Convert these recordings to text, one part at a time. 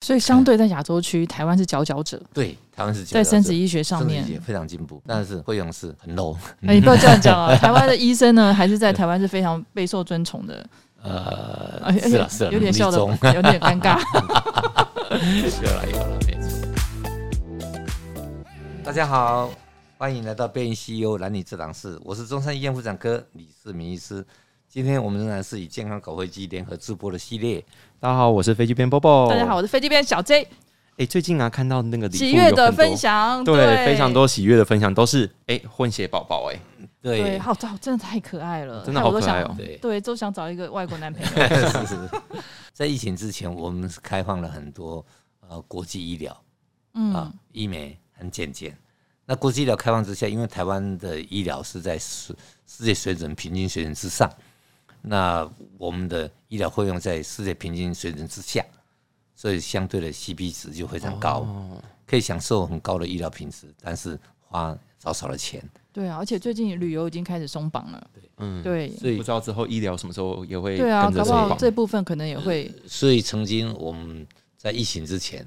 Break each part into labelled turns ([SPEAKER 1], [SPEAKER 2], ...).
[SPEAKER 1] 所以相对在亚洲区，台湾是佼佼者，
[SPEAKER 2] 对，台湾是
[SPEAKER 1] 在生殖
[SPEAKER 2] 医
[SPEAKER 1] 医学上面。
[SPEAKER 2] 也非常进步，但是惠阳是很 low，
[SPEAKER 1] 哎，你不要这样讲啊！台湾的医生呢，还是在台湾是非常备受尊崇的，
[SPEAKER 2] 呃
[SPEAKER 1] 而，且
[SPEAKER 2] 是了是了，
[SPEAKER 1] 哎
[SPEAKER 2] 啊
[SPEAKER 1] 有点笑的
[SPEAKER 2] 中，
[SPEAKER 1] 有点尴尬。
[SPEAKER 2] 有了有了，没错。大家好，欢迎来到变异 CEO 男女智囊室，我是中山医院妇产科李世民医师。今天我们仍然是以健康搞会机联合直播的系列，
[SPEAKER 3] 大家好，我是飞机边 Bobo。
[SPEAKER 1] 大家好，，我是飞机边小 J，
[SPEAKER 3] 哎、最近啊，看到那个礼物
[SPEAKER 1] 喜悦
[SPEAKER 3] 有
[SPEAKER 1] 的
[SPEAKER 3] 很多
[SPEAKER 1] 分，享，
[SPEAKER 3] 对，非常。多喜悦的分享，都是哎、混血宝宝哎，
[SPEAKER 1] 对，
[SPEAKER 2] 对
[SPEAKER 1] 好，好真的太可爱了，
[SPEAKER 3] 真的
[SPEAKER 1] 害我
[SPEAKER 3] 好
[SPEAKER 1] 都
[SPEAKER 3] 可
[SPEAKER 1] 想
[SPEAKER 3] 爱哦、
[SPEAKER 2] 对，
[SPEAKER 1] 对，都想找一个外国男朋 友。
[SPEAKER 2] 是是。在疫情之前，我们是开放了很多呃国际医疗啊
[SPEAKER 1] 嗯，
[SPEAKER 2] 医美很简洁。那国际医疗开放之下，因为台湾的医疗是在世世界水准平均水准之上，那我们的医疗费用在世界平均水准之下，所以相对的 CP 值就非常高，
[SPEAKER 1] 哦
[SPEAKER 2] 可以享受很高的医疗品质，但是花少少的钱，
[SPEAKER 1] 对啊，而且最近旅游已经开始松绑了，
[SPEAKER 3] 嗯，
[SPEAKER 1] 对
[SPEAKER 2] 所以
[SPEAKER 3] 不知道之后医疗什么时候也会
[SPEAKER 1] 对啊，
[SPEAKER 3] 跟
[SPEAKER 1] 搞
[SPEAKER 3] 着
[SPEAKER 1] 不
[SPEAKER 3] 松
[SPEAKER 1] 好
[SPEAKER 3] 绑。
[SPEAKER 1] 这部分可能也会
[SPEAKER 2] 所以曾经我们在疫情之前，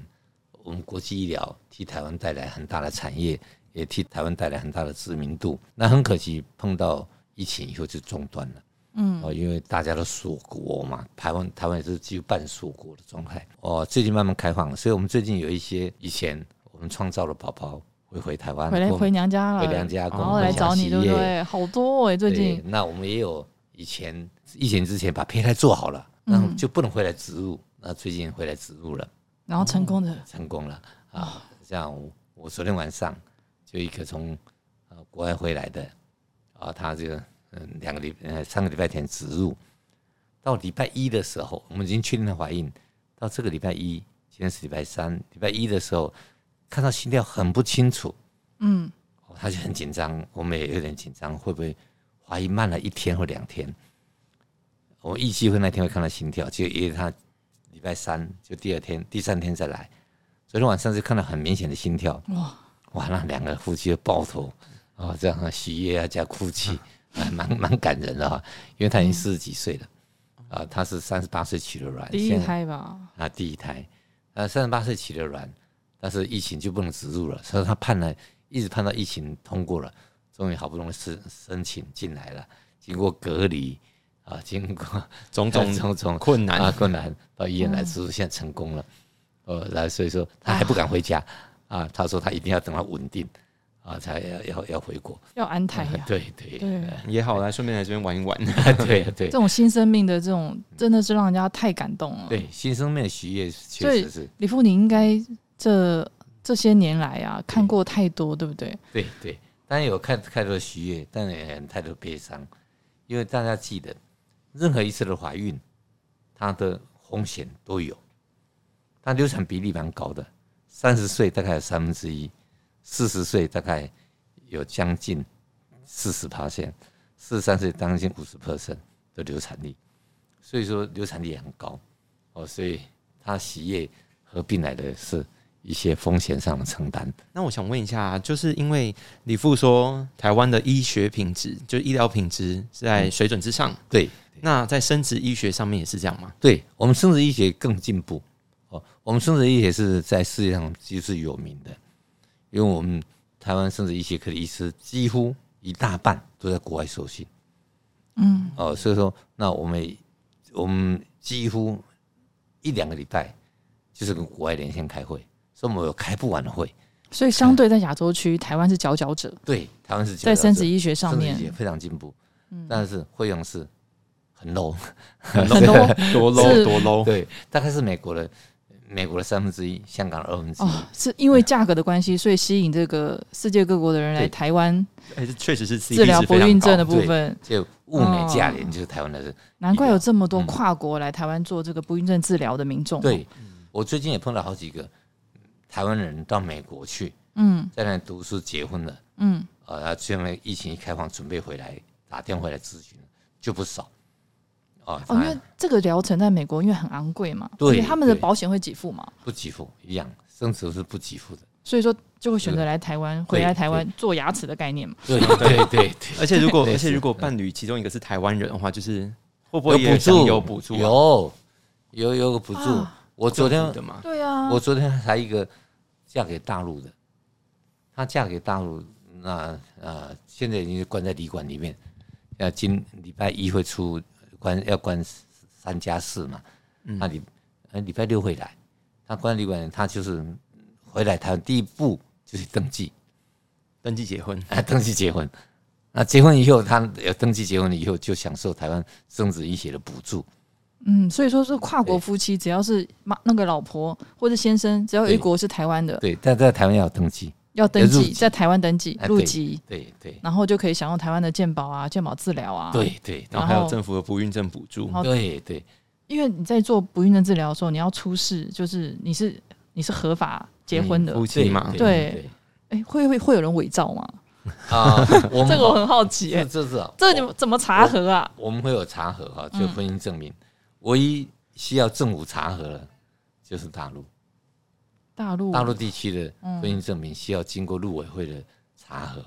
[SPEAKER 2] 我们国际医疗替台湾带来很大的产业，也替台湾带来很大的知名度。那很可惜，碰到疫情以后就中断了。
[SPEAKER 1] 嗯
[SPEAKER 2] 哦，因为大家都锁国嘛，台湾台湾也是几乎半锁国的状态。哦，最近慢慢开放了，所以我们最近有一些以前我们创造的宝宝会回台湾，
[SPEAKER 1] 回来
[SPEAKER 2] 啊跟我
[SPEAKER 1] 回
[SPEAKER 2] 们
[SPEAKER 1] 娘家了，
[SPEAKER 2] 回娘家，跟
[SPEAKER 1] 然
[SPEAKER 2] 我
[SPEAKER 1] 后
[SPEAKER 2] 们
[SPEAKER 1] 来
[SPEAKER 2] 分享
[SPEAKER 1] 找你，
[SPEAKER 2] 喜
[SPEAKER 1] 对不
[SPEAKER 2] 悦
[SPEAKER 1] 对？好多哎，最近
[SPEAKER 2] 对，那我们也有以前疫情之前把胚胎做好了，
[SPEAKER 1] 嗯
[SPEAKER 2] 然后就不能回来植入，那最近回来植入了，
[SPEAKER 1] 然后成功的
[SPEAKER 2] 成功了啊！像我我昨天晚上就一个从呃国外回来的啊，他这个嗯两个礼呃上个礼拜天植入，到礼拜一的时候我们已经确定了怀孕，到这个礼拜一，今天是礼拜三，礼拜一的时候看到心跳很不清楚，
[SPEAKER 1] 嗯，
[SPEAKER 2] 哦他就很紧张，我们也有点紧张，会不会怀疑慢了一天或两天？我预计会那天会看到心跳，就因为他礼拜三就第二天、第三天再来，昨天晚上就看到很明显的心跳，
[SPEAKER 1] 哇
[SPEAKER 2] 哇，那两个夫妻就抱头啊、哦，这样啊喜悦啊加哭泣，
[SPEAKER 1] 嗯
[SPEAKER 2] 还蛮蛮感人的哈、因为他已经四十几岁了，啊、他是三十八岁取的卵，
[SPEAKER 1] 第一
[SPEAKER 2] 现在
[SPEAKER 1] 胎吧，
[SPEAKER 2] 啊，第一胎，呃，三十八岁起的卵，但是疫情就不能植入了，所以他盼了，一直盼到疫情通过了，终于好不容易申申请进来了，经过隔离啊，经过
[SPEAKER 3] 种 种
[SPEAKER 2] 种种
[SPEAKER 3] 困难，
[SPEAKER 2] 啊困难，到医院来植入，现在成功了，呃，来，所以说他还不敢回家啊，他说他一定要等他稳定啊，才要要要回国，
[SPEAKER 1] 要安胎哎呀，
[SPEAKER 2] 对对对
[SPEAKER 1] 对，
[SPEAKER 3] 也好，来顺便来这边玩一 玩。
[SPEAKER 2] 对对
[SPEAKER 1] 这种新生命的这种真的是让人家太感动了。
[SPEAKER 2] 对，新生命的喜悦确
[SPEAKER 1] 所以
[SPEAKER 2] 实是
[SPEAKER 1] 李富，你应该这这些年来
[SPEAKER 2] 嗯
[SPEAKER 1] 啊，看过太多，对不对？
[SPEAKER 2] 对对，当然有看太多的喜悦，但也很太多悲伤，因为大家记得，任何一次的怀孕，它的风险都有。它流产比例蛮高的，三十岁大概有三分之一，四十岁大概有将近四十趴线，四十三岁将近五十 percent 的流产率，所以说流产率也很高哦，所以它喜悦合并来的是一些风险上的承担。
[SPEAKER 3] 那我想问一下，啊就是因为李富说台湾的医学品质，就医疗品质是在水准之上，
[SPEAKER 2] 对，
[SPEAKER 3] 那在生殖医学上面也是这样吗？
[SPEAKER 2] 对我们生殖医学更进步哦，我们生殖医学是在世界上几乎是有名的，因为我们台湾生殖医学科的医师几乎一大半都在国外受训
[SPEAKER 1] 嗯，
[SPEAKER 2] 哦，所以说那我们我们几乎一两个礼拜就是跟国外连线开会，所以我们有开不完的会。
[SPEAKER 1] 所以相对在亚洲区，台湾是佼佼者，
[SPEAKER 2] 对，台湾是
[SPEAKER 1] 在生殖
[SPEAKER 2] 医
[SPEAKER 1] 医学上面嗯
[SPEAKER 2] 也非常进步，但是费用是很 low，
[SPEAKER 1] 很多
[SPEAKER 3] 多
[SPEAKER 1] 是
[SPEAKER 3] low 多 low，
[SPEAKER 2] 对，大概是美国的美国的三分之一，香港的二分之一。
[SPEAKER 1] 哦，是因为价格的关系，所以吸引这个世界各国的人来
[SPEAKER 2] 对
[SPEAKER 1] 台湾
[SPEAKER 3] 哎、这确实是 CP
[SPEAKER 1] 治疗
[SPEAKER 3] 值
[SPEAKER 1] 不
[SPEAKER 3] 非常
[SPEAKER 1] 孕
[SPEAKER 3] 高
[SPEAKER 1] 症的部分。
[SPEAKER 2] 就物美价
[SPEAKER 1] 哦
[SPEAKER 2] 廉，就是台湾的人。
[SPEAKER 1] 难怪有这么多
[SPEAKER 2] 嗯
[SPEAKER 1] 跨国来台湾做这个不孕症治疗的民众。，
[SPEAKER 2] 对，我最近也碰到好几个台湾人到美国去，
[SPEAKER 1] 嗯
[SPEAKER 2] 在那里读书、结婚了，
[SPEAKER 1] 嗯，
[SPEAKER 2] 呃，然后去那边疫情一开放，准备回来打电话来咨询，就不少。哦，
[SPEAKER 1] 哦，因
[SPEAKER 2] 当
[SPEAKER 1] 为
[SPEAKER 2] 然
[SPEAKER 1] 这个疗程在美国因为很昂贵嘛，
[SPEAKER 2] 对
[SPEAKER 1] 而且他们的
[SPEAKER 2] 对
[SPEAKER 1] 保险会给付嘛，
[SPEAKER 2] 不给付一样，生殖是不给付的。
[SPEAKER 1] 所以说就会选择来台湾，回来
[SPEAKER 2] 嗯对
[SPEAKER 1] 台湾做牙齿的概念嘛。
[SPEAKER 2] 对对对对，
[SPEAKER 3] 而且如 果
[SPEAKER 2] 类
[SPEAKER 3] 而
[SPEAKER 2] 似
[SPEAKER 3] 且如果伴侣其中一个是台湾人的话，就是会不会
[SPEAKER 2] 有
[SPEAKER 3] 也
[SPEAKER 2] 补
[SPEAKER 3] 想
[SPEAKER 2] 助，
[SPEAKER 3] 有补助啊？
[SPEAKER 2] 有有有个补助
[SPEAKER 1] 啊。
[SPEAKER 2] 我昨天
[SPEAKER 3] 啊政府的嘛，
[SPEAKER 1] 对啊，
[SPEAKER 2] 我昨天还一个嫁给大陆的，她嫁给大陆，那呃，现在已经关在旅馆里面。呃，今礼拜一会出关，要关三加四嘛。
[SPEAKER 1] 嗯
[SPEAKER 2] 那礼呃礼拜六会来，她关旅馆，她就是回来台湾第一步就是登记，
[SPEAKER 3] 登记结婚，
[SPEAKER 2] 啊，登记结婚。那结婚以后，她有登记结婚以后就享受台湾生子医学的补助。
[SPEAKER 1] 嗯，所以说是跨国夫妻，只要是妈那个老婆或者先生，只要有一
[SPEAKER 2] 对
[SPEAKER 1] 国是台湾的，
[SPEAKER 2] 对，但在台湾要有登记。
[SPEAKER 1] 要登
[SPEAKER 2] 要入
[SPEAKER 1] 记，
[SPEAKER 2] 籍
[SPEAKER 1] 在台湾登记
[SPEAKER 2] 哎
[SPEAKER 1] 入
[SPEAKER 2] 对
[SPEAKER 1] 籍，
[SPEAKER 2] 对对
[SPEAKER 1] 然后就可以享用台湾的健保啊、健保治疗啊。，
[SPEAKER 2] 对对
[SPEAKER 3] 然后还有政府的不孕症补助
[SPEAKER 1] 然，后
[SPEAKER 2] 对对，
[SPEAKER 1] 因为你在做不孕症治疗的时候，你要出示，就是你是你是合法结婚的
[SPEAKER 3] 嗯，夫妻嘛
[SPEAKER 1] 对哎、会会会有人伪造吗？
[SPEAKER 2] 啊，我们
[SPEAKER 1] 这个我很好奇、
[SPEAKER 2] 这
[SPEAKER 1] 哎，
[SPEAKER 2] 这是啊
[SPEAKER 1] 这你们嗯怎么查核啊？
[SPEAKER 2] 我们会有查核哈，就婚姻证明，唯一需要政府查核的，就是大陆
[SPEAKER 1] 大陆嗯
[SPEAKER 2] 大陆地区的婚姻证明需要经过陆委会的查核，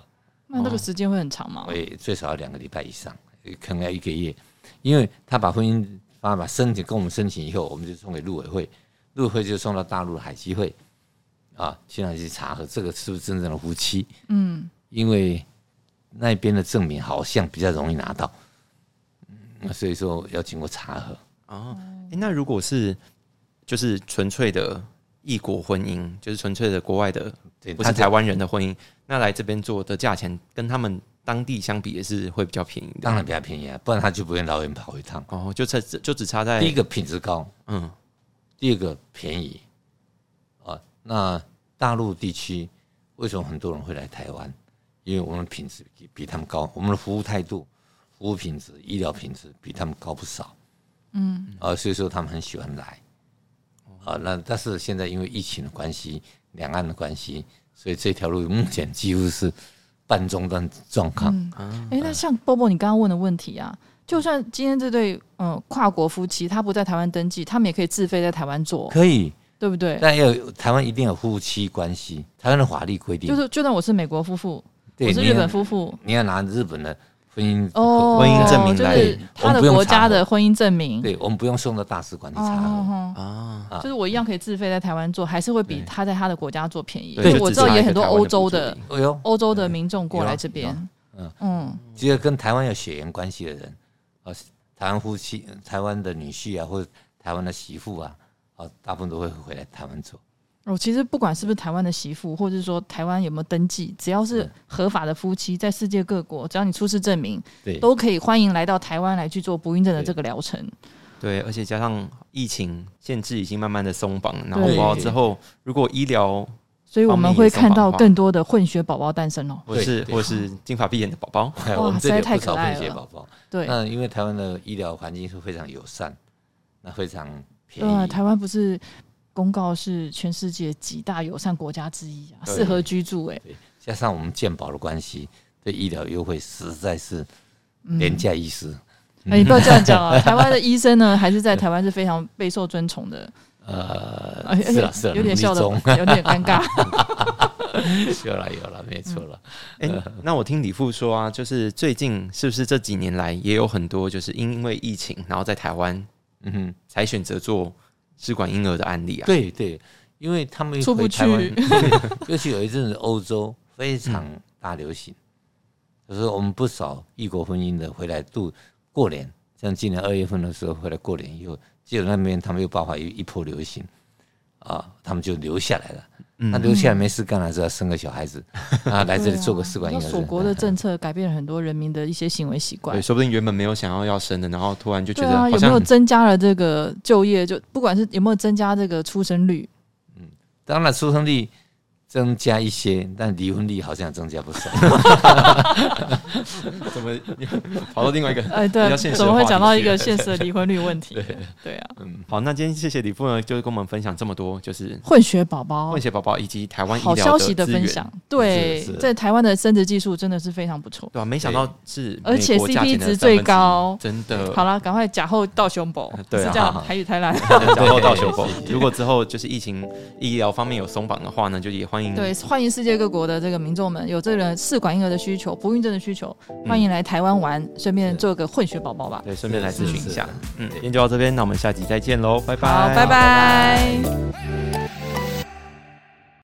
[SPEAKER 1] 那
[SPEAKER 2] 哦
[SPEAKER 1] 这个时间会很长吗？
[SPEAKER 2] 为最少要两个礼拜以上，可能要一个月，因为他把婚姻方法申请跟我们申请以后，我们就送给陆委会，陆委会就送到大陆海基会啊，去那里去查核这个是不是真正的夫妻，
[SPEAKER 1] 嗯，
[SPEAKER 2] 因为那边的证明好像比较容易拿到，嗯所以说要经过查核。
[SPEAKER 3] 哦，诶那如果是就是纯粹的异国婚姻，就是纯粹的国外的，
[SPEAKER 2] 对，
[SPEAKER 3] 不
[SPEAKER 2] 他
[SPEAKER 3] 是台湾人的婚姻，那来这边做的价钱跟他们当地相比也是会比较便宜的。
[SPEAKER 2] 当然比较便宜啊，不然他就不会老远跑一趟。
[SPEAKER 3] 哦，就差就只差在
[SPEAKER 2] 第一个品质高，
[SPEAKER 3] 嗯，
[SPEAKER 2] 第二个便宜啊。那大陆地区为什么很多人会来台湾？因为我们的品质比比他们高，我们的服务态度、服务品质、医疗品质比他们高不少。嗯，啊，所以说他们很喜欢来。啊，那但是现在因为疫情的关系，两岸的关系，所以这条路目前几乎是半中断状况。
[SPEAKER 3] 啊
[SPEAKER 1] 哎、那像波波你刚刚问的问题啊，就算今天这对嗯、呃跨国夫妻他不在台湾登记，他们也可以自费在台湾做，
[SPEAKER 2] 可以，
[SPEAKER 1] 对不对？
[SPEAKER 2] 但要有台湾一定有夫妻关系，台湾的法律规定，
[SPEAKER 1] 就是就算我是美国夫妇，
[SPEAKER 2] 对
[SPEAKER 1] 我是
[SPEAKER 2] 你
[SPEAKER 1] 日本
[SPEAKER 2] 要
[SPEAKER 1] 夫妇，
[SPEAKER 2] 你要拿日本的婚姻
[SPEAKER 1] 哦，
[SPEAKER 3] 婚姻证明
[SPEAKER 1] 就
[SPEAKER 3] 来
[SPEAKER 1] 是
[SPEAKER 3] 源
[SPEAKER 1] 他的
[SPEAKER 2] 我们不用
[SPEAKER 1] 国家
[SPEAKER 2] 查核
[SPEAKER 1] 的婚姻证明，
[SPEAKER 2] 对我们不用送到大使馆去
[SPEAKER 1] 哦，
[SPEAKER 2] 查核，
[SPEAKER 1] 哦哦
[SPEAKER 3] 啊，
[SPEAKER 1] 就是我一样可以自费在台湾做，还是会比
[SPEAKER 2] 对
[SPEAKER 1] 他在他的国家做便宜。
[SPEAKER 3] 对
[SPEAKER 1] 因为
[SPEAKER 3] 就
[SPEAKER 1] 我
[SPEAKER 3] 只
[SPEAKER 1] 知道
[SPEAKER 3] 差
[SPEAKER 1] 也
[SPEAKER 3] 一个
[SPEAKER 1] 很多
[SPEAKER 3] 台湾
[SPEAKER 1] 欧
[SPEAKER 3] 的
[SPEAKER 1] 洲
[SPEAKER 3] 补助
[SPEAKER 1] 的
[SPEAKER 3] 而已
[SPEAKER 2] 哎呦，
[SPEAKER 1] 欧洲的民众过
[SPEAKER 2] 有啊
[SPEAKER 1] 来这边
[SPEAKER 2] 有啊，嗯
[SPEAKER 1] 嗯
[SPEAKER 2] 只有跟台湾有血缘关系的人，啊，台湾夫妻、台湾的女婿啊，或者台湾的媳妇啊，啊，大部分都会回来台湾做。
[SPEAKER 1] 我哦其实不管是不是台湾的媳妇，或者是说台湾有没有登记，只要是
[SPEAKER 2] 对
[SPEAKER 1] 合法的夫妻，在世界各国，只要你出示证明，
[SPEAKER 2] 对，
[SPEAKER 1] 都可以欢迎来到台湾来去做不孕症的这个疗程。
[SPEAKER 3] 对，而且加上疫情限制已经慢慢的松绑，然后
[SPEAKER 1] 对
[SPEAKER 3] 包括之后如果医疗
[SPEAKER 1] 所以我们会看到更多的混血宝宝诞生哦。
[SPEAKER 3] 或是
[SPEAKER 2] 对
[SPEAKER 3] 或是金发碧眼的宝 宝，
[SPEAKER 2] 哎我们这里有不少
[SPEAKER 1] 实在太可爱
[SPEAKER 2] 混
[SPEAKER 1] 了
[SPEAKER 2] 血宝宝。
[SPEAKER 1] 对，
[SPEAKER 2] 那因为台湾的医疗环境是非常友善，那非常便
[SPEAKER 1] 对啊，
[SPEAKER 2] 宜。
[SPEAKER 1] 台湾不是公告是全世界几大友善国家之一啊，
[SPEAKER 3] 对
[SPEAKER 1] 适合居住哎、
[SPEAKER 2] 对，加上我们健保的关系，对医疗优惠实在是
[SPEAKER 1] 嗯
[SPEAKER 2] 廉价医师。
[SPEAKER 1] 哎，你不要这样讲 啊！台湾的医生呢，还是在台湾是非常备受尊崇的，
[SPEAKER 2] 呃
[SPEAKER 1] 而，
[SPEAKER 2] 是了是
[SPEAKER 1] 哎
[SPEAKER 2] 了，啊
[SPEAKER 1] 有点笑的
[SPEAKER 2] 中，
[SPEAKER 1] 有点尴尬。
[SPEAKER 2] 有了有了，没错了。
[SPEAKER 3] 哎、那我听李父说啊，就是最近是不是这几年来也有很多就是因为疫情，然后在台湾
[SPEAKER 2] 嗯哼，
[SPEAKER 3] 才选择做试管婴儿的案例啊？
[SPEAKER 2] 对对，因为他们
[SPEAKER 1] 出不
[SPEAKER 2] 回台湾
[SPEAKER 1] 去，
[SPEAKER 2] 尤其有一阵子欧洲非常
[SPEAKER 1] 嗯
[SPEAKER 2] 大流行，就是我们不少异国婚姻的回来度过年，像今年二月份的时候回来过年以后，结果那边他们又爆发一一波流行，啊，他们就留下来了。
[SPEAKER 1] 嗯
[SPEAKER 2] 那留下来没事干了，是要生个小孩子啊，来这里做个试管婴
[SPEAKER 1] 那
[SPEAKER 2] 儿。
[SPEAKER 1] 嗯锁国的政策改变了很多人民的一些行为习惯
[SPEAKER 3] 哎对，。说不定原本没有想要要生的，然后突然就觉
[SPEAKER 1] 对
[SPEAKER 3] 得
[SPEAKER 1] 啊，
[SPEAKER 3] 好
[SPEAKER 1] 有没
[SPEAKER 3] 像
[SPEAKER 1] 有增加了这个就业？就不管是有没有增加这个出生 率，
[SPEAKER 2] 当然出生率增加一些，但离婚率好像也增加不少。
[SPEAKER 3] 怎么 跑到另外一个
[SPEAKER 1] 哎，
[SPEAKER 3] 比
[SPEAKER 1] 对，
[SPEAKER 3] 较现实
[SPEAKER 1] 怎么会讲到一个
[SPEAKER 3] 的话题去
[SPEAKER 1] 现实的离婚率问题？对啊，
[SPEAKER 3] 好，那今天谢谢李父呢，就是跟我们分享这么多，就是
[SPEAKER 1] 混血宝宝
[SPEAKER 3] 混，血宝宝以及台湾医疗
[SPEAKER 1] 好消息的
[SPEAKER 3] 的资源
[SPEAKER 1] 分享，对
[SPEAKER 2] 是，是
[SPEAKER 1] 在台湾的生殖技术真的是非常不错。
[SPEAKER 3] 对啊，没想到是
[SPEAKER 1] 而且
[SPEAKER 3] 美国价钱
[SPEAKER 1] CP
[SPEAKER 3] 的
[SPEAKER 1] 值
[SPEAKER 3] 3
[SPEAKER 1] 最
[SPEAKER 3] 分之一
[SPEAKER 1] 高
[SPEAKER 3] 真的。
[SPEAKER 1] 好了，赶快假后到胸部，
[SPEAKER 3] 呃对啊嗯
[SPEAKER 1] 是这样
[SPEAKER 2] 好，好
[SPEAKER 1] 台语太烂。
[SPEAKER 3] 然后到手
[SPEAKER 2] 对
[SPEAKER 3] 如果之后就是疫情医疗方面有松绑的话呢，就也欢迎
[SPEAKER 1] 对，欢迎世界各国的这个民众们，有这个试管婴儿的需求、不孕症的需求，
[SPEAKER 3] 嗯
[SPEAKER 1] 欢迎来台湾玩，顺便做个混血宝宝吧。
[SPEAKER 3] 对，顺便来咨询一下
[SPEAKER 2] 啊是是。
[SPEAKER 3] 嗯，今天就到这边，那我们下集再见喽，拜拜，
[SPEAKER 1] 好，拜拜。
[SPEAKER 2] 拜
[SPEAKER 1] 拜
[SPEAKER 2] 拜
[SPEAKER 1] 拜